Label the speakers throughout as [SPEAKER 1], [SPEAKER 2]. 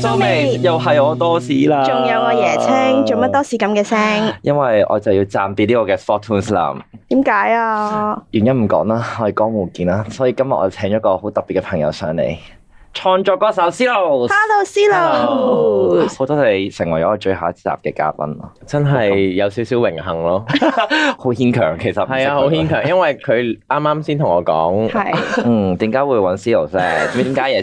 [SPEAKER 1] 蘇眉又係我多士啦，
[SPEAKER 2] 仲有我椰青，做乜多士咁嘅聲？
[SPEAKER 1] 因為我就要暫別呢個嘅 Fortunes 啦，
[SPEAKER 2] 點解啊？
[SPEAKER 1] 原因唔講啦，我係江湖見啦，所以今日我請咗個好特別嘅朋友上嚟，創作歌手 Silos。
[SPEAKER 2] Hello c i l o
[SPEAKER 1] 好多你成為咗我最後一集嘅嘉賓啊，
[SPEAKER 3] 真係有少少榮幸咯，
[SPEAKER 1] 好牽強其實。
[SPEAKER 3] 係啊，好牽。強，因為佢啱啱先同我講，
[SPEAKER 2] 係 啊
[SPEAKER 1] 嗯，點解會揾 Silos 咧？ 知唔知點解椰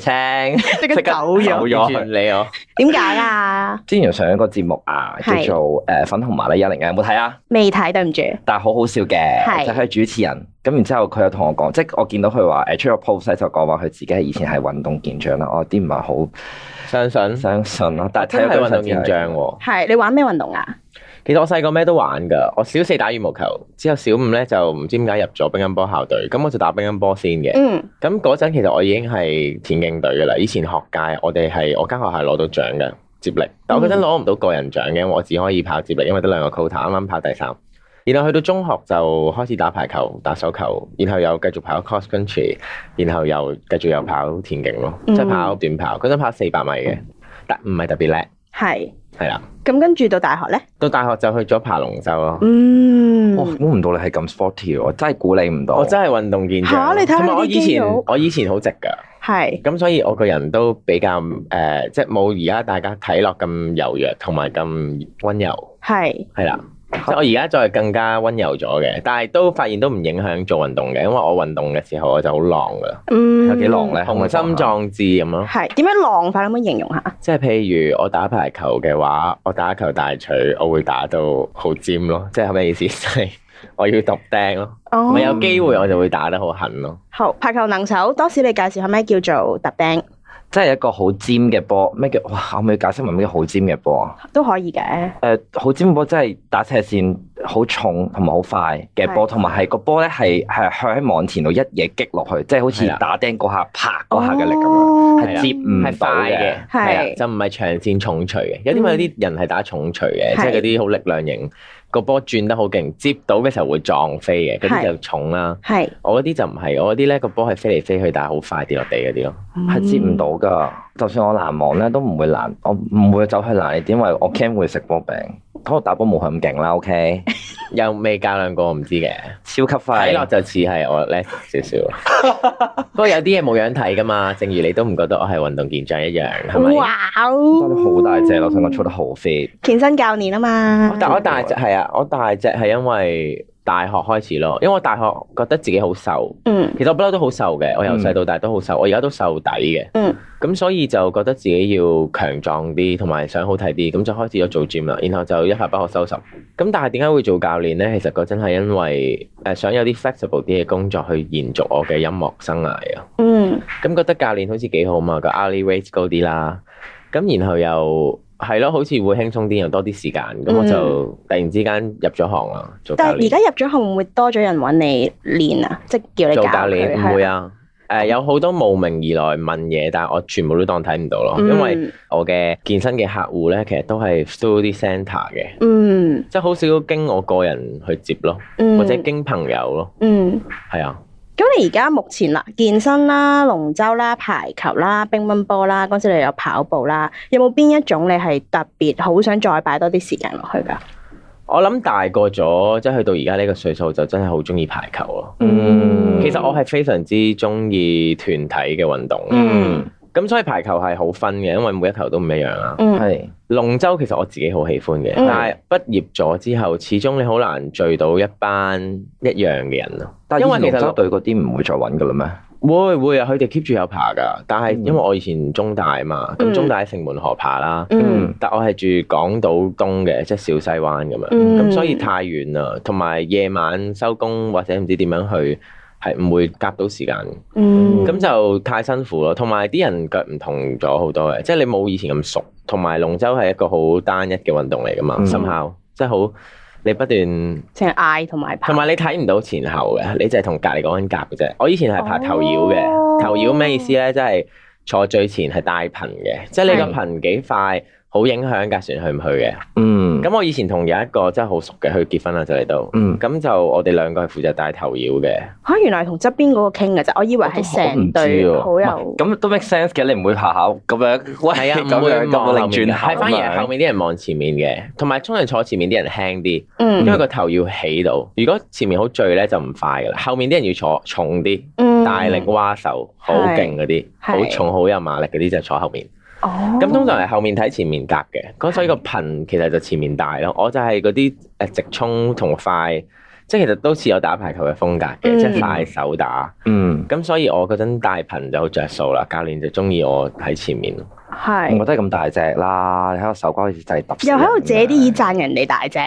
[SPEAKER 1] 青？
[SPEAKER 2] 即刻走
[SPEAKER 1] 走
[SPEAKER 2] 咗，
[SPEAKER 1] 咗
[SPEAKER 3] 完全唔理我，
[SPEAKER 2] 點解啊？
[SPEAKER 1] 之前上一個節目啊，叫
[SPEAKER 2] 係
[SPEAKER 1] 做誒粉紅麻利一零嘅，有冇睇啊？
[SPEAKER 2] 未睇，對唔住，
[SPEAKER 1] 但係好好笑嘅，
[SPEAKER 2] 係
[SPEAKER 1] 就係主持人。咁然之後佢又同我講，即係我見到佢話誒出咗 post 呢就講話佢自己係以前係運動健將啦，我有啲唔係好
[SPEAKER 3] 相信
[SPEAKER 1] 相信啦。但係
[SPEAKER 3] 嗯真
[SPEAKER 1] 睇
[SPEAKER 3] 係
[SPEAKER 1] 到佢
[SPEAKER 3] 運動
[SPEAKER 1] 上次
[SPEAKER 3] 健將喎。
[SPEAKER 2] 係你玩咩運動啊？
[SPEAKER 3] 其實我細個咩都玩㗎，我小四打羽毛球，之後小五咧就唔知點解入咗乒乓波校隊，咁我就打乒乓波先嘅。
[SPEAKER 2] 嗯，
[SPEAKER 3] 咁嗰陣其實我已經係田徑隊㗎啦，以前學界我哋係我間學校係攞到獎嘅接力，但
[SPEAKER 2] 嗯
[SPEAKER 3] 我嗰陣攞唔到個人獎嘅，因為我只可以跑接力，因為得兩個 quota，啱啱跑第三。然後去到中學就開始打排球、打手球，然後又繼續跑 cross country，然後又繼續又跑田徑咯，
[SPEAKER 2] 嗯
[SPEAKER 3] 即係跑短跑。嗰陣跑四百米嘅，但唔係特別叻，
[SPEAKER 2] 係。
[SPEAKER 3] 係啦。
[SPEAKER 2] 咁跟住到大學咧，
[SPEAKER 3] 到大學就去咗爬龍舟咯。
[SPEAKER 2] 嗯，
[SPEAKER 1] 哇，估唔到你係咁 sporty 喎，真係估你唔到。
[SPEAKER 3] 我真係運動健將，
[SPEAKER 2] 嚇你睇下
[SPEAKER 3] 同埋我
[SPEAKER 2] 你啲
[SPEAKER 3] 以
[SPEAKER 2] 肌
[SPEAKER 3] 前
[SPEAKER 2] 肉
[SPEAKER 3] 我以前好直㗎。
[SPEAKER 2] 係
[SPEAKER 3] 咁所以我個人都比較誒、呃即係冇而家大家睇落咁柔弱同埋咁温柔，
[SPEAKER 2] 係
[SPEAKER 3] 係啦。即係我而家再更加温柔咗嘅，但係都發現都唔影響做運動嘅，因為我運動嘅時候我就好浪噶啦，
[SPEAKER 2] 嗯，
[SPEAKER 1] 有幾狼咧？可唔可以
[SPEAKER 3] 雄
[SPEAKER 1] 講
[SPEAKER 3] 心
[SPEAKER 1] 下
[SPEAKER 3] 壯志咁咯。
[SPEAKER 2] 係點樣浪法？可唔可以形容下？
[SPEAKER 3] 即係譬如我打排球嘅話，我打球大錘，我會打到好尖咯。即係咩意思？即 係我要揼釘咯，
[SPEAKER 2] 哦
[SPEAKER 3] 我，有機會我就會打得好狠咯。
[SPEAKER 2] 好排球能手，多士你介紹下咩叫做特釘
[SPEAKER 1] 即係一個好尖嘅波，咩叫哇？可唔可以解釋埋咩叫好尖嘅波啊？
[SPEAKER 2] 都可以嘅，
[SPEAKER 1] 誒、好尖嘅波真係打斜線好重同埋好快嘅波，
[SPEAKER 2] 係
[SPEAKER 1] 同埋係個波咧係係向喺網前度一嘢擊落去，即係好似
[SPEAKER 3] 係啊啦
[SPEAKER 1] 打釘嗰下啪嗰下嘅力咁
[SPEAKER 2] 樣
[SPEAKER 1] 樣，係接唔
[SPEAKER 3] 係
[SPEAKER 1] 到
[SPEAKER 3] 快
[SPEAKER 1] 嘅
[SPEAKER 3] 嘅。係啦
[SPEAKER 2] 係，嗯
[SPEAKER 3] 就唔係長線重錘嘅。有啲咪有啲人係打重錘嘅，
[SPEAKER 2] 係
[SPEAKER 3] 即係嗰啲好力量型，個波轉得好勁，接到嘅時候會撞飛嘅，嗰
[SPEAKER 2] 係
[SPEAKER 3] 啲就重啦。
[SPEAKER 2] 係
[SPEAKER 3] 我嗰啲就唔係，我嗰啲咧個波係飛嚟飛去，但係好快跌落地嗰啲咯。
[SPEAKER 1] 係接唔
[SPEAKER 3] 嗯
[SPEAKER 1] 到㗎，就算我攔網咧，都唔會攔，我唔會走去攔你點，因為我 cam 會食波餅，可我打波冇佢咁勁啦，OK，
[SPEAKER 3] 又未較量過，我唔知嘅。
[SPEAKER 1] 超級快
[SPEAKER 3] 睇落，就似係我叻少少咯。 不過有啲嘢冇樣睇噶嘛，正如你都唔覺得我係運動健將一樣，係咪？
[SPEAKER 2] 哇！
[SPEAKER 1] 真係好大隻咯，我想講操得好 fit，
[SPEAKER 2] 健身教練啊嘛，
[SPEAKER 3] 但我大隻係啊，我大隻係因為大學開始咯，因為我大學覺得自己好瘦。
[SPEAKER 2] 嗯
[SPEAKER 3] 其實我不嬲都好瘦嘅，我由細到大都好瘦，我而家都瘦底嘅。
[SPEAKER 2] 嗯，
[SPEAKER 3] 咁所以就覺得自己要強壯啲，同埋想好睇啲，咁就開始咗做 gym 啦。然後就一發不可收拾。咁但係點解會做教練呢？其實嗰陣係因為誒、呃想有啲 flexible 啲嘅工作去延續我嘅音樂生涯啊。
[SPEAKER 2] 嗯
[SPEAKER 3] 咁覺得教練好似幾好嘛，個 hourly rate 高啲啦。咁然後又係咯，好似會輕鬆啲，又多啲時間。咁我就突然之間入咗行啦，做教
[SPEAKER 2] 嗯但係而
[SPEAKER 3] 練。
[SPEAKER 2] 家入咗行會唔會多咗人揾你練啊？即係叫你
[SPEAKER 3] 做
[SPEAKER 2] 教
[SPEAKER 3] 教
[SPEAKER 2] 練
[SPEAKER 3] 練唔會，啊。誒、有好多慕名而來問嘢，但係我全部都當睇唔到咯，
[SPEAKER 2] 嗯
[SPEAKER 3] 因為我嘅健身嘅客戶咧，其實都係 through 啲 centre 嘅，
[SPEAKER 2] 嗯
[SPEAKER 3] 即係好少經我個人去接咯，
[SPEAKER 2] 嗯，
[SPEAKER 3] 或者經朋友咯，
[SPEAKER 2] 嗯。
[SPEAKER 3] 係啊。
[SPEAKER 2] 咁你而家目前啦，健身啦、龍舟啦、排球啦、乒乓波啦，嗰陣時你有跑步啦，有冇邊一種你係特別好想再擺多啲時間落去㗎？
[SPEAKER 3] 我諗大個咗，即係去到而家呢個歲數，就真係好中意排球咯。
[SPEAKER 2] 嗯
[SPEAKER 3] 其實我係非常之中意團體嘅運動，
[SPEAKER 2] 嗯
[SPEAKER 3] 咁所以排球係好分嘅，因為每一球都唔一樣啊啦。
[SPEAKER 2] 嗯
[SPEAKER 1] 係
[SPEAKER 3] 龍舟其實我自己好喜歡嘅，
[SPEAKER 2] 嗯
[SPEAKER 3] 但係畢業咗之後，始終你好難聚到一班一樣嘅人啊咯。
[SPEAKER 1] 但係
[SPEAKER 3] 因
[SPEAKER 1] 因
[SPEAKER 3] 為
[SPEAKER 1] 為
[SPEAKER 3] 其
[SPEAKER 1] 其
[SPEAKER 3] 實
[SPEAKER 1] 實隊嗰啲唔會再揾㗎啦咩？
[SPEAKER 3] 會會啊，佢哋 keep 住有爬㗎，但係
[SPEAKER 1] 嗯
[SPEAKER 3] 因為我以前中大啊嘛，咁
[SPEAKER 2] 嗯
[SPEAKER 3] 中大喺城門河爬啦，
[SPEAKER 2] 嗯
[SPEAKER 3] 但我係住港島東嘅，即係小西灣咁樣，咁、
[SPEAKER 2] 嗯
[SPEAKER 3] 所以太遠啦，同埋夜晚收工或者唔知點樣去，係唔會夾到時間，
[SPEAKER 2] 嗯
[SPEAKER 3] 咁就太辛苦咯。同埋啲人腳唔同咗好多嘅，即係你冇以前咁熟，同埋龍舟係一個好單一嘅運動嚟㗎嘛
[SPEAKER 1] 嗯，
[SPEAKER 3] 深烤即係好你不斷。
[SPEAKER 2] 淨係嗌同埋跑
[SPEAKER 3] 同，埋你睇唔到前後嘅，你就係同隔離嗰人夾嘅啫。我以前係爬頭繞嘅，
[SPEAKER 2] 哦
[SPEAKER 3] 頭繞咩意思咧？即係坐最前係帶頻嘅，即係你個頻幾快好影響架船去唔去嘅。
[SPEAKER 1] 嗯，
[SPEAKER 3] 咁我以前同有一個真係好熟嘅，佢結婚啦就嚟到，
[SPEAKER 1] 嗯，
[SPEAKER 3] 咁就我哋兩個係負責帶頭搖嘅。
[SPEAKER 2] 嚇原來係同側邊嗰個傾嘅啫，我以為係成隊
[SPEAKER 1] 我
[SPEAKER 2] 好
[SPEAKER 1] 都好
[SPEAKER 2] 有
[SPEAKER 1] 唔知喎，咁都 make sense 嘅，你唔會下下咁樣，喂，
[SPEAKER 3] 係啊，唔
[SPEAKER 1] 咁樣
[SPEAKER 3] 會
[SPEAKER 1] 咁
[SPEAKER 3] 望
[SPEAKER 1] 樣
[SPEAKER 3] 後
[SPEAKER 1] 擰
[SPEAKER 3] 面
[SPEAKER 1] 轉啊頭
[SPEAKER 3] 嘅，係反而係後
[SPEAKER 1] 面
[SPEAKER 3] 面啲人望前面嘅，同埋通常坐前面啲人輕啲，因
[SPEAKER 2] 嗯
[SPEAKER 3] 為個頭要起到。如果前面好醉咧就唔快噶啦，後面啲人要坐重啲，
[SPEAKER 2] 嗯
[SPEAKER 3] 大力蛙手好勁嗰啲，
[SPEAKER 2] 係
[SPEAKER 3] 好重好有馬力嗰啲就坐後面。
[SPEAKER 2] 哦，
[SPEAKER 3] 咁通常係後面睇前面夾嘅，咁所以個頻其實就前面大咯。我就係嗰啲誒直衝同快，即係其實都似有打排球嘅風格嘅，
[SPEAKER 2] 嗯
[SPEAKER 3] 即係快手打。
[SPEAKER 1] 嗯，
[SPEAKER 3] 咁所以我嗰陣大頻就好着數啦，教練就中意我喺前面。
[SPEAKER 2] 係
[SPEAKER 1] 我都係咁大隻啦，你睇我手瓜好似就係揼死
[SPEAKER 2] 又
[SPEAKER 1] 人
[SPEAKER 2] 喺度借啲耳
[SPEAKER 1] 咁樣
[SPEAKER 2] 讚人哋大隻，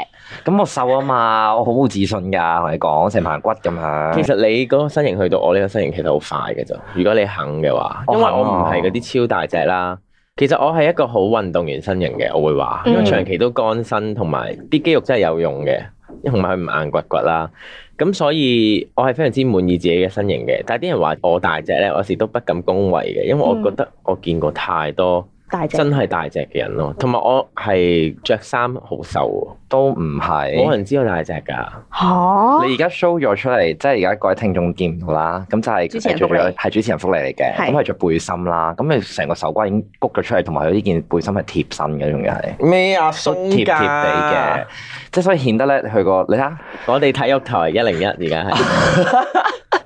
[SPEAKER 1] 咁我瘦啊嘛，我好冇自信㗎，同你講成棚骨咁樣。
[SPEAKER 3] 其實你嗰個身形去到我呢個身形其實好快嘅啫，如果你肯嘅話，因為我唔係嗰啲超大隻啦。其實我係一個好運動員身形嘅，我會話，因為
[SPEAKER 2] 嗯
[SPEAKER 3] 長期都乾身，同埋啲肌肉真係有用嘅，同埋佢唔硬骨骨啦。咁所以我係非常之滿意自己嘅身形嘅。但係啲人話我大隻咧，我有時都不敢恭維嘅，因為我覺得我見過太多
[SPEAKER 2] 大隻
[SPEAKER 3] 真係大隻嘅人咯，同埋我係着衫好瘦
[SPEAKER 1] 都唔
[SPEAKER 3] 喎，冇
[SPEAKER 1] 係。
[SPEAKER 3] 人知道大隻㗎。
[SPEAKER 2] 嚇
[SPEAKER 1] 你而家 show 咗出嚟，即係而家各位聽眾見唔到啦，咁就係
[SPEAKER 2] 主持人福利
[SPEAKER 1] 係主持人福利嚟嘅，
[SPEAKER 2] 係
[SPEAKER 1] 咁係着背心啦，咁你成個手瓜已經谷咗出嚟，同埋佢呢件背心係貼身嘅，仲要係
[SPEAKER 3] 咩啊，
[SPEAKER 1] 都貼貼地嘅，即係所以顯得咧佢個你睇
[SPEAKER 2] 啊
[SPEAKER 1] 下
[SPEAKER 3] 我哋體育台一零一而家係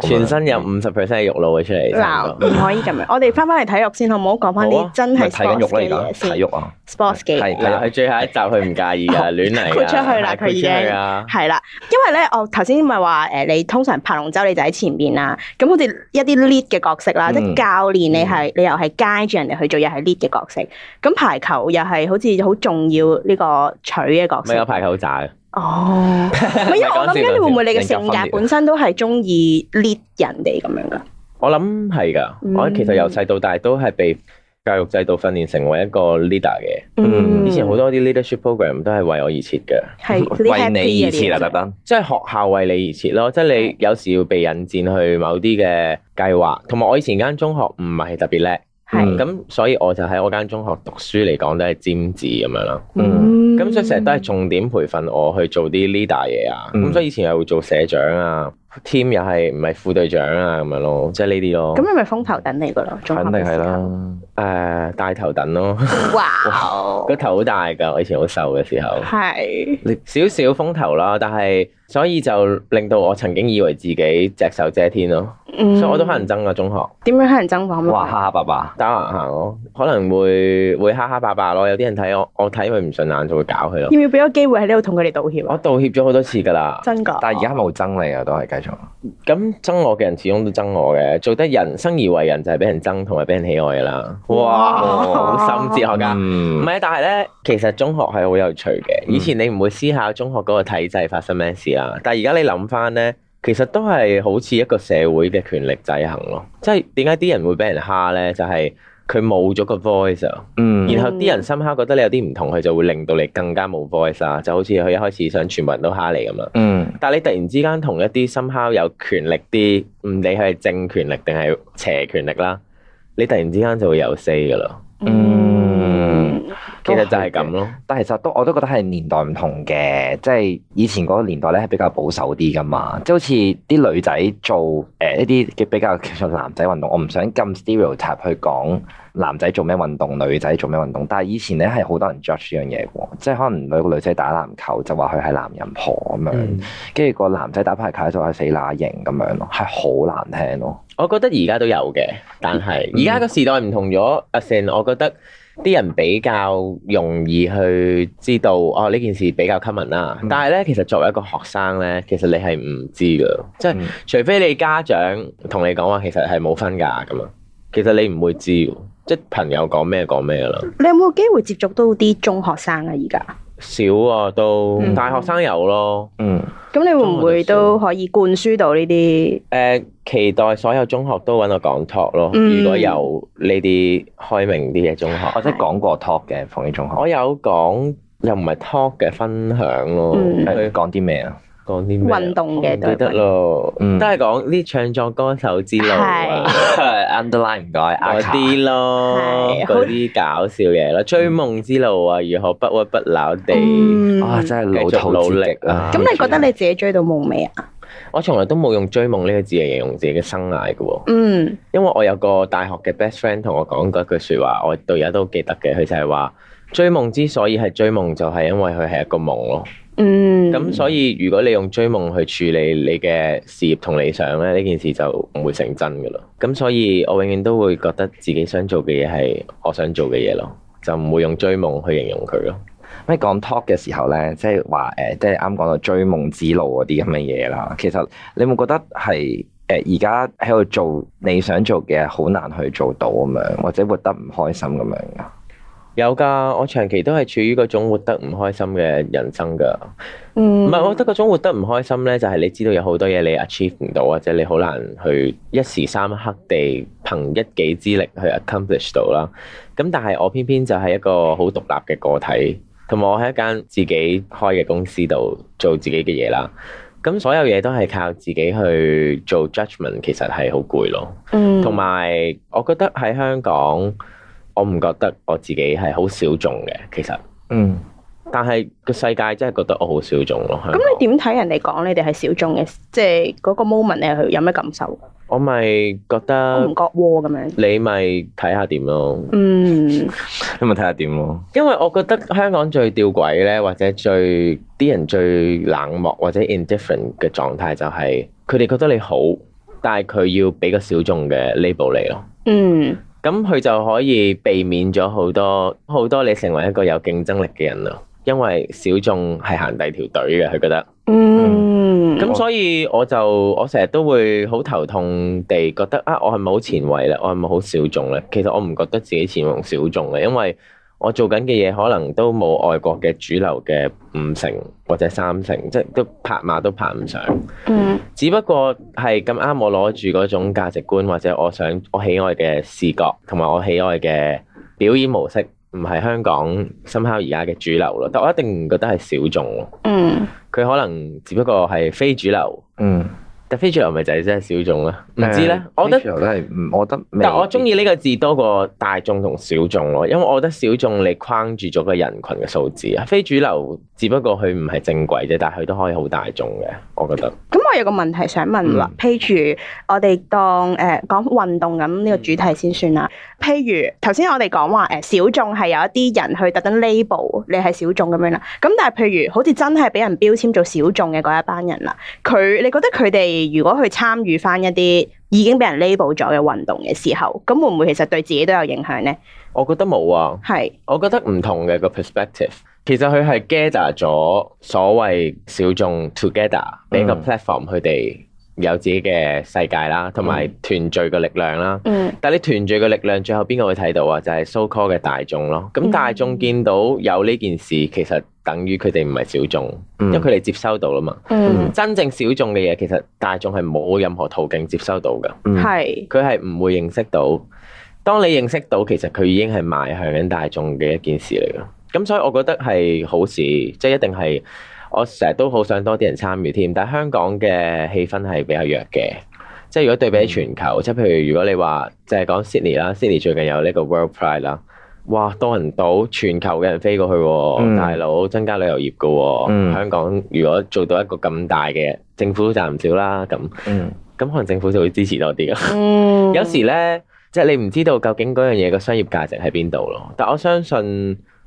[SPEAKER 3] 全身有五十 percent 嘅肉露嘅出嚟，差
[SPEAKER 2] 嗱
[SPEAKER 3] 唔
[SPEAKER 2] 唔
[SPEAKER 3] 多
[SPEAKER 2] 可以咁樣，我哋翻返嚟體育先好唔好？講翻
[SPEAKER 3] 好
[SPEAKER 2] 啲
[SPEAKER 3] 啊
[SPEAKER 2] 真
[SPEAKER 1] 咪
[SPEAKER 2] 係
[SPEAKER 1] 睇緊肉
[SPEAKER 2] sports 嘅
[SPEAKER 1] 啦
[SPEAKER 2] 嘢
[SPEAKER 1] 而家，
[SPEAKER 2] 先
[SPEAKER 1] 體育啊，
[SPEAKER 2] ，sports 嘅。
[SPEAKER 1] 係
[SPEAKER 3] 嗱，佢最後一集佢唔介意噶， 亂嚟㗎
[SPEAKER 2] 豁出去啦
[SPEAKER 3] 係
[SPEAKER 2] 佢已經
[SPEAKER 3] 豁出去啊㗎
[SPEAKER 2] 係啦，因為咧，我頭先咪話誒，你通常拍龍舟你就喺前面啦，咁好似一啲 lead 嘅角色啦，
[SPEAKER 1] 嗯
[SPEAKER 2] 即係教練你係你又係街住人哋去做，又係 lead 嘅角色。咁排球又係好似好重要呢個取嘅角
[SPEAKER 3] 咪有
[SPEAKER 2] 色。
[SPEAKER 1] 啊
[SPEAKER 3] 排球好渣嘅，
[SPEAKER 2] 哦，唔係因為我諗緊你會唔會你嘅性格本身都係中意 lead 人哋咁樣噶？
[SPEAKER 3] 我諗係
[SPEAKER 2] 嗯
[SPEAKER 3] 㗎。我其實由細到大都係被教育制度訓練成為一個 leader 嘅。
[SPEAKER 1] 嗯
[SPEAKER 3] 以前好多啲 leadership program 都係為我而設嘅，
[SPEAKER 2] 係嗰啲
[SPEAKER 1] 為你
[SPEAKER 2] happy
[SPEAKER 1] 而設啊，
[SPEAKER 2] 嘅
[SPEAKER 1] 特
[SPEAKER 2] 嘢
[SPEAKER 1] 登，
[SPEAKER 3] 即係學校為你而設咯。即係
[SPEAKER 2] 嗯
[SPEAKER 3] 你有時要被引薦去某啲嘅計劃，同埋我以前間中學唔係特別叻。
[SPEAKER 2] 係
[SPEAKER 1] 嗯
[SPEAKER 3] 咁所以我就喺我間中學讀書嚟講都係尖子咁樣啦。
[SPEAKER 1] 嗯
[SPEAKER 3] 咁所以成日都係重點培訓我去做啲 leader 嘢啊。咁、
[SPEAKER 1] 嗯
[SPEAKER 3] 所以以前又會做社長啊，team 又係唔係副隊長啊咁樣咯，即係呢啲咯。
[SPEAKER 2] 咁你咪風頭等你噶咯，中學嘅
[SPEAKER 1] 肯定係啦
[SPEAKER 2] 時。
[SPEAKER 3] 誒、大頭等咯，
[SPEAKER 2] 候。哇！
[SPEAKER 3] 個頭好大㗎，我以前好瘦嘅時候，
[SPEAKER 2] 係
[SPEAKER 3] 少少風頭啦，但係所以就令到我曾經以為自己隻手遮天咯，
[SPEAKER 2] 嗯
[SPEAKER 3] 所以我都乞人憎啊中學。
[SPEAKER 2] 點樣乞人憎法？可唔可以
[SPEAKER 1] 哇，哈哈爸
[SPEAKER 2] 哦
[SPEAKER 1] 爸，
[SPEAKER 3] 打橫行咯，可能會會哈哈霸霸咯。有啲人睇我，我睇佢唔順眼就會搞佢咯。
[SPEAKER 2] 要唔要俾個機會喺呢度同佢哋道歉啊？
[SPEAKER 3] 我道歉咗好多次㗎啦，
[SPEAKER 2] 真㗎，
[SPEAKER 1] 但係而家冇憎你啊，都係繼續，
[SPEAKER 3] 咁憎我嘅人始終都憎我嘅，做得人生而為人就係俾人憎同埋俾人喜愛㗎啦。哇，
[SPEAKER 2] 哇
[SPEAKER 3] 好深哲學家。唔
[SPEAKER 1] 嗯，
[SPEAKER 3] 係，但係咧，其實中學係好有趣嘅。以前你唔會思考中學嗰個體制發生咩事啦，但係而家你諗翻咧，其實都係好似一個社會嘅權力制衡咯。即係點解啲人會俾人蝦咧？就係佢冇咗個 voice 啊。
[SPEAKER 1] 嗯，
[SPEAKER 3] 然後啲人深刻覺得你有啲唔同，佢就會令到你更加冇 voice 啦。就好似佢一開始想全部人都蝦你咁啦，
[SPEAKER 1] 嗯，
[SPEAKER 3] 但係你突然之間同一啲深刻有權力啲，唔理佢係正權力定係邪權力啦，你突然之間就會有 say 噶啦。
[SPEAKER 1] 嗯
[SPEAKER 3] 其實就係咁咯。
[SPEAKER 1] 但係其實都我都覺得係年代唔同嘅，即係以前嗰個年代咧係比較保守啲噶嘛，即係好似啲女仔做誒、呃一啲嘅比較其實男仔運動，我唔想咁 stereotype 去講男仔做咩運動，女仔做咩運動，但係以前咧係好多人 judge 呢樣嘢嘅喎，即係可能有個女仔打籃球就話佢係男人婆咁
[SPEAKER 3] 嗯
[SPEAKER 1] 樣，跟住、個男仔打排球就話佢死乸型咁樣咯，係好難聽咯。
[SPEAKER 3] 我覺得而家都有嘅，但係嗯而家個時代唔同咗。阿成，我覺得啲人比較容易去知道哦呢件事比較 common 啦。
[SPEAKER 1] 嗯
[SPEAKER 3] 但係咧，其實作為一個學生咧，其實你係唔知㗎，即係
[SPEAKER 1] 嗯
[SPEAKER 3] 除非你家長同你講話，其實係冇分㗎咁啊。其實你唔會知㗎，即係朋友講咩講咩㗎啦。
[SPEAKER 2] 你有冇機會接觸到啲中學生啊？而家
[SPEAKER 3] 少啊，都
[SPEAKER 2] 嗯
[SPEAKER 3] 大學生有咯。
[SPEAKER 1] 嗯，
[SPEAKER 2] 咁你會唔會都
[SPEAKER 3] 中
[SPEAKER 2] 可以灌輸到呢啲？
[SPEAKER 3] 誒、期待所有中學都揾我講 talk 咯。
[SPEAKER 2] 嗯
[SPEAKER 3] 如果有呢啲開明啲嘅中學，
[SPEAKER 1] 我即係講過 talk 嘅，逢啲中學，
[SPEAKER 3] 我有講又唔係 talk 嘅分享咯，
[SPEAKER 2] 嗯
[SPEAKER 1] 誒
[SPEAKER 3] 係
[SPEAKER 1] 講啲咩啊？
[SPEAKER 3] 講啲咩啊？
[SPEAKER 2] 運動嘅
[SPEAKER 3] 唔記
[SPEAKER 2] 對
[SPEAKER 3] 得
[SPEAKER 2] 位。
[SPEAKER 3] 咯，
[SPEAKER 1] 嗯
[SPEAKER 3] 都係講啲唱作歌手之路啊
[SPEAKER 2] 係。
[SPEAKER 1] underline 唔該，阿
[SPEAKER 3] 嗰
[SPEAKER 1] 卡
[SPEAKER 3] 啲咯，
[SPEAKER 2] 係好
[SPEAKER 3] 嗰啲搞笑嘢啦，追夢之路啊，如何不屈不撓地，
[SPEAKER 2] 嗯
[SPEAKER 1] 啊，真係老土之極啊！
[SPEAKER 2] 咁你覺得你自己追到夢未啊？
[SPEAKER 3] 我從來都冇用追夢呢個字嚟形容自己嘅生涯嘅喎，
[SPEAKER 2] 嗯，
[SPEAKER 3] 因為我有個大學嘅 best friend 同我講過一句説話，我到而家都記得嘅，佢就係話追夢之所以係追夢，就係因為佢係一個夢咯。
[SPEAKER 2] 嗯，
[SPEAKER 3] 咁所以如果你用追夢去處理你嘅事業同理想咧，呢件事就唔會成真噶啦。咁所以我永遠都會覺得自己想做嘅嘢係我想做嘅嘢咯，就唔會用追夢去形容佢咯。
[SPEAKER 1] 咩講 talk 嘅時候咧，即係話誒，即係啱講到追夢之路嗰啲咁嘅嘢啦。其實你有冇覺得係呃誒而家喺度做你想做嘅嘢好難去做到咁樣，或者活得唔開心咁樣噶？
[SPEAKER 3] 有㗎，我長期都係處於嗰種活得唔開心嘅人生㗎。
[SPEAKER 2] 唔
[SPEAKER 3] 唔係，我覺得嗰種活得唔開心呢，就係你知道有好多嘢你 achieve 唔到，或者你好難去一時三刻地憑一己之力去 accomplish 到啦。咁但係我偏偏就係一個好獨立嘅個體，同埋我喺一間自己開嘅公司度做自己嘅嘢啦。咁所有嘢都係靠自己去做 judgment，其實係好攰咯。
[SPEAKER 2] 得
[SPEAKER 3] 同埋我覺得喺香港，我唔覺得我自己係好小眾嘅，其實。
[SPEAKER 1] 嗯，
[SPEAKER 3] 但係個世界真係覺得我好小眾咯。香港
[SPEAKER 2] 咁你點睇人哋講你哋係小眾嘅，即係嗰個 moment 你係有咩感受？
[SPEAKER 3] 我咪覺
[SPEAKER 2] 我唔
[SPEAKER 3] 得
[SPEAKER 2] 覺喎咁樣。
[SPEAKER 3] 你咪睇下點咯，
[SPEAKER 2] 嗯，
[SPEAKER 1] 咁咪睇下點咯。
[SPEAKER 3] 因為我覺得香港最吊詭咧，或者最啲人最冷漠或者 indifferent 嘅狀態就係佢哋覺得你好，但係佢要俾個小眾嘅 label 你咯。
[SPEAKER 2] 嗯，
[SPEAKER 3] 咁佢就可以避免咗好多好多你成為一個有競爭力嘅人咯，因為小眾係行第二條隊嘅，佢覺得。
[SPEAKER 2] 嗯，
[SPEAKER 3] 咁所以我就我成日都會好頭痛地覺得啊，我係咪好前衞咧？我係咪好小眾咧？其實我唔覺得自己前衞小眾嘅，因為我做緊嘅嘢可能都冇外國嘅主流嘅五成或者三成，即係都拍馬都拍唔上。
[SPEAKER 2] 嗯
[SPEAKER 3] 只不過係咁啱，我攞住嗰種價值觀或者我想我喜愛嘅視覺同埋我喜愛嘅表演模式，唔係香港深烤而家嘅主流咯。但我一定唔覺得係小眾咯，
[SPEAKER 2] 嗯
[SPEAKER 3] 佢可能只不過係非主流。
[SPEAKER 1] 嗯，呃
[SPEAKER 3] 但非主流咪就係真係小眾啦，唔知咧，我覺得，
[SPEAKER 1] 得都係唔，嗯我覺得未必。
[SPEAKER 3] 但我中意呢個字多過大眾同小眾咯，因為我覺得小眾你框住咗個人群嘅數字啊，非主流只不過佢唔係正軌啫，但係佢都可以好大眾嘅，我覺得。
[SPEAKER 2] 咁我有個問題想問
[SPEAKER 3] 嗯
[SPEAKER 2] 啦，譬如我哋當誒、呃、講運動咁呢個主題先算啦。譬如頭先我哋講話誒小眾係有一啲人去特登 label 你係小眾咁樣啦。咁但係譬如好似真係俾人標籤做小眾嘅嗰一班人啦，佢你覺得佢哋如果去參與翻一啲已經俾人 label 咗嘅運動嘅時候，咁會唔會其實對自己都有影響呢？
[SPEAKER 3] 我覺得冇啊，
[SPEAKER 2] 係，
[SPEAKER 3] 我覺得唔同嘅個 perspective，其實佢係 gather 咗所謂小眾 together，俾個
[SPEAKER 1] 嗯
[SPEAKER 3] platform 佢哋有自己嘅世界啦，同埋
[SPEAKER 1] 嗯
[SPEAKER 3] 團聚嘅力量啦。
[SPEAKER 2] 嗯
[SPEAKER 3] 但係你團聚嘅力量，最後邊個會睇到啊？就係 so call 嘅大眾咯。咁
[SPEAKER 2] 嗯
[SPEAKER 3] 大眾見到有呢件事，其實等於佢哋唔係小眾，因
[SPEAKER 1] 嗯，
[SPEAKER 3] 為佢哋接收到啦嘛。
[SPEAKER 2] 嗯，
[SPEAKER 3] 真正小眾嘅嘢，其實大眾係冇任何途徑接收到㗎，
[SPEAKER 1] 嗯
[SPEAKER 2] 係，
[SPEAKER 3] 佢係唔會認識到。當你認識到，其實佢已經係邁向緊大眾嘅一件事嚟㗎。咁所以我覺得係好事，即係一定係我成日都好想多啲人參與添。但係香港嘅氣氛係比較弱嘅。即係如果對比起全球，
[SPEAKER 1] 嗯
[SPEAKER 3] 即係譬如如果你話就係講 Sydney 啦，Sydney 最近有呢個 World Pride 啦，哇多人到全球嘅人飛過去喎，
[SPEAKER 1] 嗯
[SPEAKER 3] 大佬增加旅遊業嘅喎，
[SPEAKER 1] 嗯
[SPEAKER 3] 香港如果做到一個咁大嘅政府都賺唔少啦，咁
[SPEAKER 1] 嗯
[SPEAKER 3] 咁可能政府就會支持多啲咯。
[SPEAKER 2] 嗯，
[SPEAKER 3] 有時咧，即係你唔知道究竟嗰樣嘢嘅商業價值喺邊度咯，但我相信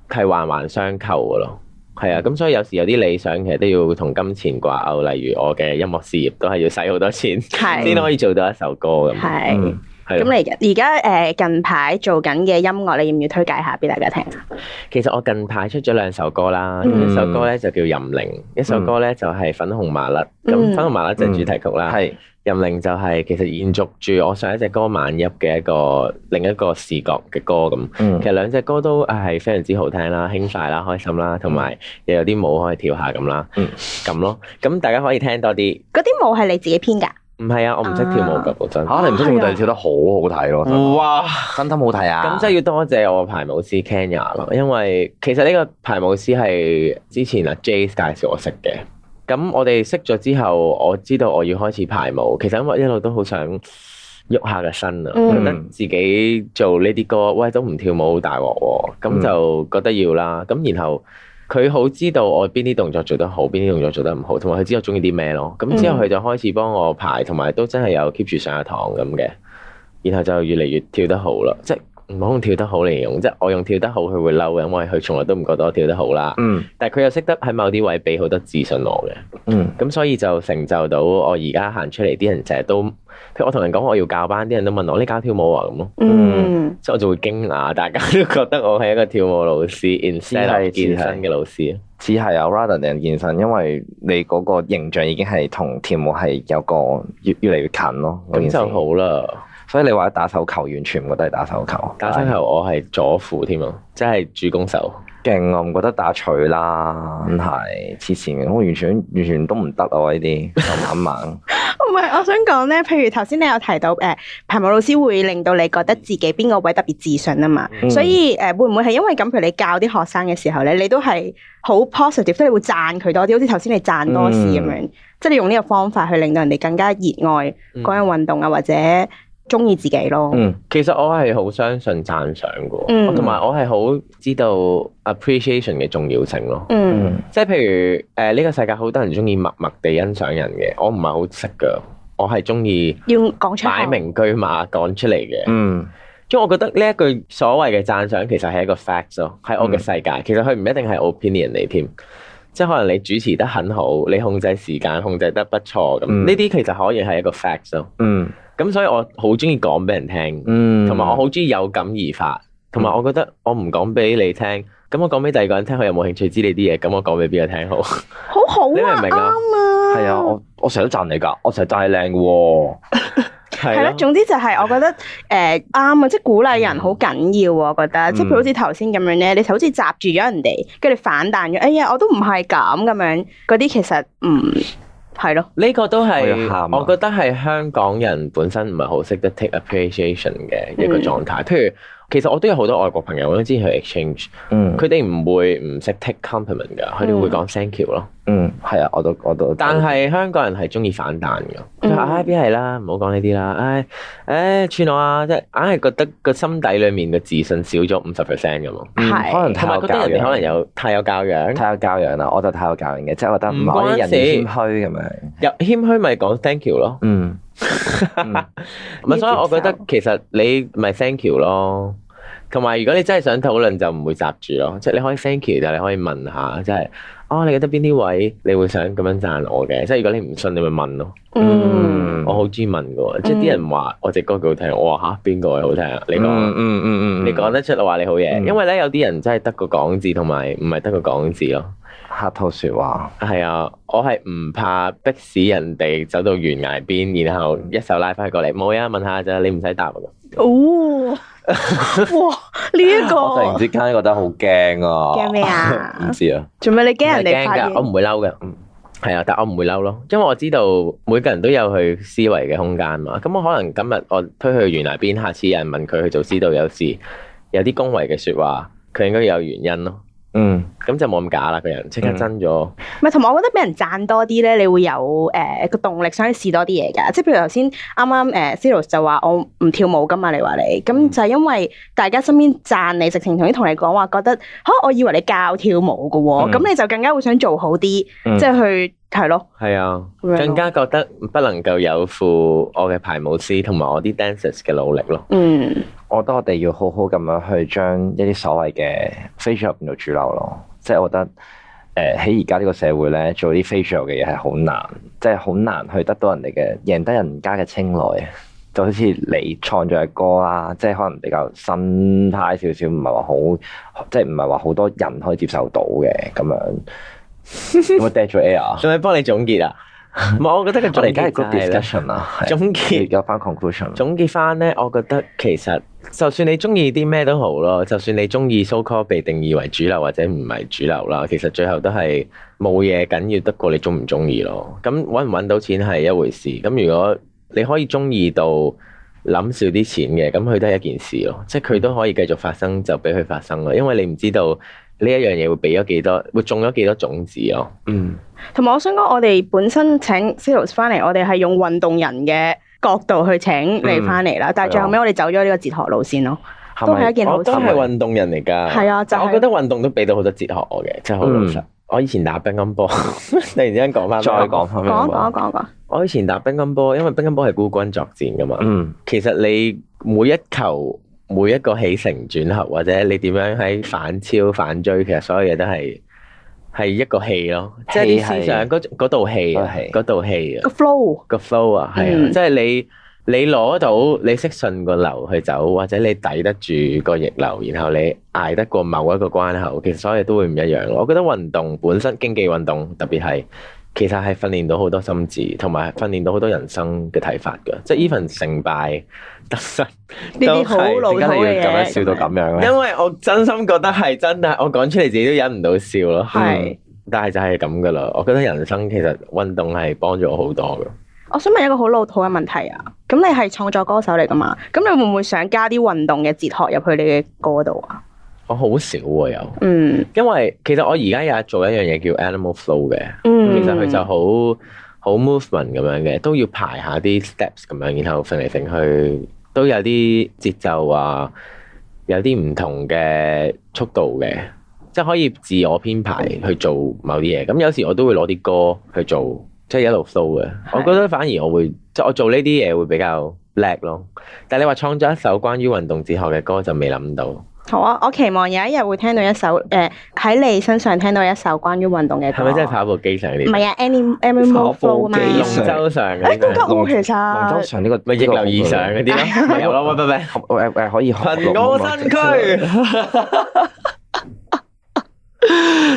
[SPEAKER 3] 係環環相扣嘅咯。係
[SPEAKER 2] 嗯
[SPEAKER 3] 啊，咁所以有時有啲理想其實都要同金錢掛鈎，例如我嘅音樂事業都係要使好多錢先
[SPEAKER 2] 係
[SPEAKER 3] 可以做到一首歌咁。
[SPEAKER 2] 係。
[SPEAKER 1] 嗯
[SPEAKER 3] 係咯
[SPEAKER 2] 咁你而家誒近排做緊嘅音樂，你要唔要推介下俾大家聽啊？
[SPEAKER 3] 其實我近排出咗兩首歌啦，
[SPEAKER 2] 嗯
[SPEAKER 3] 一首歌咧就叫《任令》，一首歌咧就係《粉紅麻甩》。咁
[SPEAKER 2] 嗯
[SPEAKER 3] 《粉紅麻甩》就係主題曲啦，
[SPEAKER 1] 係
[SPEAKER 3] 任令》就係其實延續住我上一隻歌《萬泣》嘅一個另一個視覺嘅歌咁。
[SPEAKER 1] 嗯
[SPEAKER 3] 其實兩隻歌都係非常之好聽啦，輕快啦、開心啦，同埋又有啲舞可以跳下咁啦，
[SPEAKER 1] 嗯
[SPEAKER 3] 咁咯。咁大家可以聽多啲。
[SPEAKER 2] 嗰啲舞係你自己編㗎？
[SPEAKER 3] 唔係啊，我唔識跳舞㗎，講真。
[SPEAKER 1] 嚇你唔識
[SPEAKER 2] 啊
[SPEAKER 1] 舞就跳得好好睇咯，真係
[SPEAKER 3] 哇！
[SPEAKER 1] 真心好睇啊！
[SPEAKER 3] 咁真係要多謝我排舞師啊 Kenya 咯，因為其實呢個排舞師係之前阿 Jace 介紹我識嘅。咁我哋識咗之後，我知道我要開始排舞。其實因為一路都好想喐下個身啊，
[SPEAKER 2] 嗯
[SPEAKER 3] 覺得自己做呢啲歌，喂都唔跳舞好大鑊喎。咁就覺得要啦。咁然後佢好知道我邊啲動作做得好，邊啲動作做得唔好，同埋佢知我中意啲咩咯。咁之後佢就開始幫我排，同埋都真係有 keep 住上下堂咁嘅。然後就越嚟越跳得好啦，即係唔好用跳得好嚟形容，即係我用跳得好佢會嬲嘅，因為佢從來都唔覺得我跳得好啦。
[SPEAKER 1] 嗯
[SPEAKER 3] 但係佢又識得喺某啲位俾好多自信我嘅，
[SPEAKER 1] 嗯
[SPEAKER 3] 咁所以就成就到我而家行出嚟，啲人成日都，譬如我同人講我要教班，啲人都問我你教跳舞啊咁咯，
[SPEAKER 2] 嗯，
[SPEAKER 3] 所以我就會驚訝，大家都覺得我係一個跳舞老師，instead
[SPEAKER 1] 係
[SPEAKER 3] of 健身嘅老師。
[SPEAKER 1] 只係有 rather than 健身，因為你嗰個形象已經係同跳舞係有個越越嚟越近咯。嗰
[SPEAKER 3] 咁
[SPEAKER 1] 件事
[SPEAKER 3] 就好啦。
[SPEAKER 1] 所以你話打手球，完全唔覺得係打手球。
[SPEAKER 3] 打身後我係左副添啊，即係主攻手。
[SPEAKER 1] 勁啊！唔覺得打錘啦，真係黐線嘅，我完全完全都唔得啊！呢啲咁猛 猛，
[SPEAKER 2] 唔係，我想講咧，譬如頭先你有提到誒、呃排舞老師會令到你覺得自己邊個位特別自信啊嘛，
[SPEAKER 1] 嗯
[SPEAKER 2] 所以誒、呃、會唔會係因為咁？譬如你教啲學生嘅時候咧，你都係好 positive，即係你會讚佢多啲，好似頭先你讚多士
[SPEAKER 3] 嗯
[SPEAKER 2] 咁樣，即係你用呢個方法去令到人哋更加熱愛嗰樣運動啊，或者中意自己咯。
[SPEAKER 1] 嗯，
[SPEAKER 3] 其實我係好相信讚賞
[SPEAKER 2] 嗯
[SPEAKER 3] 嘅，我同埋我係好知道 appreciation 嘅重要性咯。
[SPEAKER 2] 嗯
[SPEAKER 1] 嗯
[SPEAKER 3] 即係譬如誒呃呢、個世界好多人中意默默地欣賞人嘅，我唔係好識噶，我係中意
[SPEAKER 2] 要講出口
[SPEAKER 3] 擺明車馬講出嚟嘅。
[SPEAKER 1] 嗯
[SPEAKER 3] 因為我覺得呢一句所謂嘅讚賞其實係一個 fact 咯，喺
[SPEAKER 2] 嗯
[SPEAKER 3] 我嘅世界，其實佢唔一定係 opinion 嚟添。即係可能你主持得很好，你控制時間控制得不錯咁，
[SPEAKER 1] 嗯
[SPEAKER 3] 呢啲、其實可以係一個 fact 咯。
[SPEAKER 1] 嗯
[SPEAKER 3] 咁所以我好中意講俾人聽。
[SPEAKER 1] 嗯，
[SPEAKER 3] 同埋我好中意有感而發，同埋我覺得我唔講俾你聽，咁我講俾第二個人聽，佢有冇興趣知你啲嘢？咁我講俾邊 個聽好？
[SPEAKER 2] 好好
[SPEAKER 3] 你明唔
[SPEAKER 2] 啊，
[SPEAKER 3] 明
[SPEAKER 2] 啱
[SPEAKER 3] 啊
[SPEAKER 2] 啊，
[SPEAKER 1] 係啊！我我成日都讚你㗎，我成日讚你靚喎，
[SPEAKER 2] 係
[SPEAKER 3] 係
[SPEAKER 2] 啦，
[SPEAKER 3] 咯，
[SPEAKER 2] 總之就係我覺得誒啱啊，即係鼓勵人好緊要啊，我覺得，即係譬如好似頭先咁樣咧，你好似閘住咗人哋，跟住你反彈咗，哎呀，我都唔係咁咁樣，嗰啲其實唔係咯，
[SPEAKER 3] 呢個都
[SPEAKER 1] 我
[SPEAKER 3] 係
[SPEAKER 1] 要喊啊
[SPEAKER 3] 我覺得係香港人本身唔係好識得 take appreciation 嘅
[SPEAKER 2] 嗯
[SPEAKER 3] 一個狀態。譬如其實我都有好多外國朋友，我都之前去 exchange，
[SPEAKER 1] 嗯
[SPEAKER 3] 佢哋唔會唔識 take compliment 㗎，佢哋會講 thank you 咯。
[SPEAKER 1] 嗯，係啊，我都我都，
[SPEAKER 3] 但係香港人係中意反彈㗎，
[SPEAKER 2] 嗯
[SPEAKER 3] 佢話唉邊係啦，唔好講呢啲啦，唉唉串我啊，即係硬係覺得個心底裡面嘅自信少咗五十 percent 咁啊咯。
[SPEAKER 1] 嗯
[SPEAKER 2] 係
[SPEAKER 1] 可能
[SPEAKER 3] 同
[SPEAKER 1] 太
[SPEAKER 3] 埋
[SPEAKER 1] 有
[SPEAKER 3] 覺
[SPEAKER 1] 教
[SPEAKER 3] 得人哋可能
[SPEAKER 1] 養，
[SPEAKER 3] 有太有教養，
[SPEAKER 1] 太有教養啦，我就太有教養嘅，即係我覺得
[SPEAKER 3] 唔
[SPEAKER 1] 唔可以人
[SPEAKER 3] 關事
[SPEAKER 1] 謙虛咁樣，
[SPEAKER 3] 有謙虛咪講 thank you 咯。
[SPEAKER 1] 嗯，嗯
[SPEAKER 3] 咪所以我覺得
[SPEAKER 2] 接受
[SPEAKER 3] 其實你咪 thank you 咯。同埋如果你真係想討論就唔會閘住咯，即係你可以 thank you，但係你可以問下，即係哦你覺得邊啲位你會想咁樣讚我嘅？即係如果你唔信，你咪問咯。
[SPEAKER 2] 嗯，
[SPEAKER 3] 我好中意問嘅喎，即係啲人話我隻歌幾好聽，我話吓邊個好聽啊？你講啊
[SPEAKER 1] 嗯。嗯嗯嗯，
[SPEAKER 3] 你講得出我話你好嘢，
[SPEAKER 1] 嗯
[SPEAKER 3] 因為咧有啲人真係得個講字，同埋唔係得個講字咯。
[SPEAKER 1] 客套説話，
[SPEAKER 3] 係啊，我係唔怕逼使人哋走到懸崖邊，然後一手拉翻佢過嚟，冇啊呀，問下咋，你唔使答啊我。
[SPEAKER 2] 哦，哇，呢一個
[SPEAKER 1] 我突然之間覺得好驚啊，
[SPEAKER 2] 驚咩啊
[SPEAKER 1] 唔知啊，
[SPEAKER 2] 做咩你驚人哋
[SPEAKER 3] 唔
[SPEAKER 2] 發
[SPEAKER 3] 係驚㗎
[SPEAKER 2] 現？
[SPEAKER 3] 我唔會嬲嘅。嗯係啊，但我唔會嬲咯，因為我知道每個人都有佢思維嘅空間嘛。咁我可能今日我推佢去懸崖邊，下次有人問佢，佢就知道有時有啲恭維嘅説話，佢應該有原因咯。
[SPEAKER 1] 嗯。
[SPEAKER 3] 咁就冇咁假啦，個人即刻
[SPEAKER 1] 嗯
[SPEAKER 3] 真咗。
[SPEAKER 2] 唔係，同埋我覺得俾人讚多啲咧，你會有誒個、動力想去試多啲嘢㗎。即係譬如頭先啱啱誒 Zeros 就話我唔跳舞㗎嘛，你話你
[SPEAKER 1] 嗯
[SPEAKER 2] 咁就係因為大家身邊讚你，直情同啲同你講話，覺得嚇、我以為你教跳舞㗎喎，
[SPEAKER 1] 嗯
[SPEAKER 2] 咁、你就更加會想做好啲，
[SPEAKER 1] 嗯
[SPEAKER 2] 即係去係咯。
[SPEAKER 3] 係啊，
[SPEAKER 2] 咁樣咯
[SPEAKER 3] 更加覺得不能夠有負我嘅排舞師同埋我啲 dancers 嘅努力咯。
[SPEAKER 2] 嗯，
[SPEAKER 1] 我覺得我哋要好好咁樣去將一啲所謂嘅 facial 變做主流咯，即係我覺得誒喺而家呢個社會咧，做啲 facial 嘅嘢係好難，即係好難去得到人哋嘅贏得人家嘅青睞。就好似你創作嘅歌啦，即係可能比較新派少少，唔係話好，即係唔係話好多人可以接受到嘅 咁樣。有冇 dead 咗 air？
[SPEAKER 3] 仲係幫你總 結啊？唔係，我覺得個
[SPEAKER 1] 我
[SPEAKER 3] 總
[SPEAKER 1] 哋而家係 g r
[SPEAKER 3] 結就
[SPEAKER 1] o
[SPEAKER 3] 係咧
[SPEAKER 1] discussion 啊，係
[SPEAKER 3] 總
[SPEAKER 1] 要
[SPEAKER 3] 結
[SPEAKER 1] 有翻 conclusion。
[SPEAKER 3] 總結翻咧，我覺得其實就算你中意啲咩都好咯，就算你中意 so call 被定義為主流或者唔係主流啦，其實最後都係冇嘢緊要得過你中唔中意咯。咁揾唔揾到錢係一回事，咁如果你可以中意到諗少啲錢嘅，咁佢都係一件事咯，即係佢都可以繼續發生就俾佢發生咯，因為你唔知道呢一樣嘢會俾咗幾多，會種咗幾多種子咯。
[SPEAKER 1] 嗯，
[SPEAKER 2] 同埋我想講，我哋本身請 s i l o s 翻嚟，我哋係用運動人嘅角度去請你
[SPEAKER 1] 嗯
[SPEAKER 2] 翻嚟啦，
[SPEAKER 1] 啊
[SPEAKER 2] 但係最後尾我哋走咗呢個哲學路線咯，
[SPEAKER 1] 係
[SPEAKER 2] 都係
[SPEAKER 1] 咪
[SPEAKER 2] 一？件好
[SPEAKER 3] 我
[SPEAKER 2] 事
[SPEAKER 3] 都係運動人嚟㗎。
[SPEAKER 2] 係啊，就
[SPEAKER 3] 我覺
[SPEAKER 2] 係
[SPEAKER 3] 得運動都俾到好多哲學我嘅，真係好老實。我以前打乒乓波， 突然之間講翻
[SPEAKER 1] 再講翻
[SPEAKER 2] 講
[SPEAKER 1] 咩
[SPEAKER 2] 一講一啊講一講，
[SPEAKER 3] 我以前打乒乓波，因為乒乓波係孤軍作戰噶嘛。
[SPEAKER 1] 嗯，
[SPEAKER 3] 其實你每一球、每一個起承轉合，或者你點樣喺反超、反追，其實所有嘢都係係一個戲咯，即係
[SPEAKER 1] 戲
[SPEAKER 3] 啲
[SPEAKER 1] 係
[SPEAKER 3] 思想嗰嗰道戲啊
[SPEAKER 1] 嗰戲，
[SPEAKER 3] 嗰道戲
[SPEAKER 2] 個
[SPEAKER 3] 啊，
[SPEAKER 2] flow
[SPEAKER 3] 個 flow 啊，係啊，
[SPEAKER 2] 嗯
[SPEAKER 3] 即係你。你攞到你識順個流去走，或者你抵得住個逆流，然後你捱得過某一個關口，其實所有嘢都會唔一樣。我覺得運動本身競技運動特別係，其實係訓練到好多心智，同埋訓練到好多人生嘅睇法㗎。即係 even 成敗得失，
[SPEAKER 2] 呢啲好老土
[SPEAKER 1] 點解你
[SPEAKER 2] 嘅
[SPEAKER 1] 要咁樣
[SPEAKER 2] 嘢，
[SPEAKER 1] 笑到咁樣咧？
[SPEAKER 3] 因為我真心覺得係真係，我講出嚟自己都忍唔到笑咯。
[SPEAKER 2] 係
[SPEAKER 3] 嗯，但係就係咁噶啦。我覺得人生其實運動係幫咗我好多嘅。
[SPEAKER 2] 我想問一個好老土嘅問題啊！咁你係創作歌手嚟噶嘛？咁你會唔會想加啲運動嘅哲學入去你嘅歌度啊？
[SPEAKER 3] 我好少喎有，
[SPEAKER 2] 嗯
[SPEAKER 3] 因為其實我而家有做一樣嘢叫 Animal Flow 嘅，
[SPEAKER 2] 嗯，
[SPEAKER 3] 其實佢就好好 movement 咁樣嘅，都要排下啲 steps 咁樣，然後揈嚟揈去都有啲節奏啊，有啲唔同嘅速度嘅，即係可以自我編排去做某啲嘢。咁有時我都會攞啲歌去做，即係一路 flow 嘅。我覺得反而我會即係我做呢啲嘢會比較叻咯。但係你話創作一首關於運動哲學嘅歌就未諗到，
[SPEAKER 2] 好啊！我期望有一日會聽到一首誒喺、你身上聽到一首關於運動嘅歌。
[SPEAKER 3] 係咪真係跑步機上
[SPEAKER 2] 唔
[SPEAKER 3] 啲？
[SPEAKER 2] 係啊，Any Animal
[SPEAKER 1] 跑
[SPEAKER 2] Flow
[SPEAKER 1] 步
[SPEAKER 2] 啊嘛。
[SPEAKER 1] 機
[SPEAKER 3] 龍舟上嗰
[SPEAKER 2] 誒，
[SPEAKER 3] 啲
[SPEAKER 2] 嗰
[SPEAKER 3] 咪
[SPEAKER 2] 個我其
[SPEAKER 1] 龍舟
[SPEAKER 2] 實
[SPEAKER 1] 上呢個
[SPEAKER 3] 咪逆流而上嗰啲咯，有咯，喂喂喂。
[SPEAKER 1] 誒誒可以
[SPEAKER 3] 貧我身軀，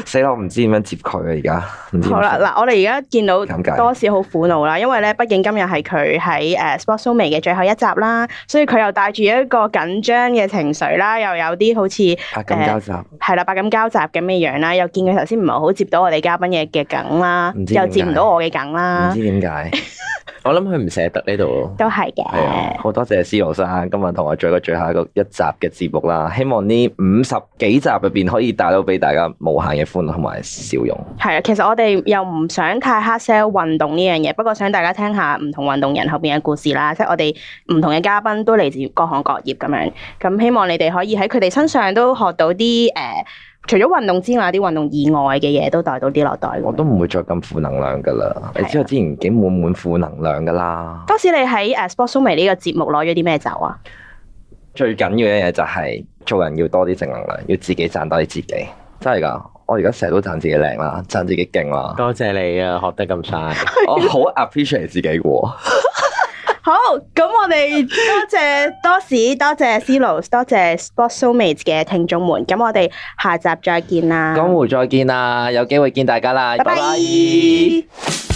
[SPEAKER 1] 死啦！我唔知點樣接佢啊，而家唔知點
[SPEAKER 2] 好啦，
[SPEAKER 1] 接
[SPEAKER 2] 嗱，我哋而家見到
[SPEAKER 1] 尷尬
[SPEAKER 2] 多士好苦惱啦，因為咧，畢竟今日係佢喺誒 Sports o m e 嘅最後一集啦，所以佢又帶住一個緊張嘅情緒啦，又有啲好似
[SPEAKER 1] 拍緊交集，
[SPEAKER 2] 係啦，百感交集咁嘅樣啦，又見佢頭先唔係好接到我哋嘉賓嘅嘅梗啦，
[SPEAKER 1] 唔知點
[SPEAKER 2] 又
[SPEAKER 1] 解
[SPEAKER 2] 接唔到我嘅梗啦
[SPEAKER 1] 唔，知點解。
[SPEAKER 3] 我諗佢唔捨得呢度咯。
[SPEAKER 2] 都係
[SPEAKER 3] 係
[SPEAKER 2] 嘅
[SPEAKER 3] 啊。
[SPEAKER 1] 好多謝 C 羅生今日同我做一個最後一個一集嘅節目啦，希望呢五十幾集入邊可以帶到俾大家無限嘅歡樂同埋笑容。
[SPEAKER 2] 係啊，其實我哋又唔想太 hard sell 運動呢樣嘢，不過想大家聽下唔同運動人後邊嘅故事啦，即係我哋唔同嘅嘉賓都嚟自各行各業咁樣，咁希望你哋可以喺佢哋身上都學到啲誒、呃除咗運動之外，啲運動以外嘅嘢都袋到啲落袋。
[SPEAKER 1] 我都唔會再咁負能量噶啦，你知我之前幾滿滿負能量噶啦。
[SPEAKER 2] 當時你喺誒 Sports o m e 呢個節目攞咗啲咩酒啊？
[SPEAKER 1] 最緊要嘅嘢就係做人要多啲正能量，要自己讚多啲自己，真係㗎。我而家成日都讚自己靚啦，讚自己勁啦，
[SPEAKER 3] 多謝你啊，學得咁快。
[SPEAKER 1] 我好 appreciate 自己嘅喎。
[SPEAKER 2] 好，咁我哋多謝多士，多謝 c i l o s 多謝 Sports o m e 嘅聽眾們，咁我哋下集再見啦，
[SPEAKER 1] 江湖再見啦，有機會見大家啦，
[SPEAKER 2] 拜
[SPEAKER 1] 拜
[SPEAKER 2] 拜
[SPEAKER 1] 拜。。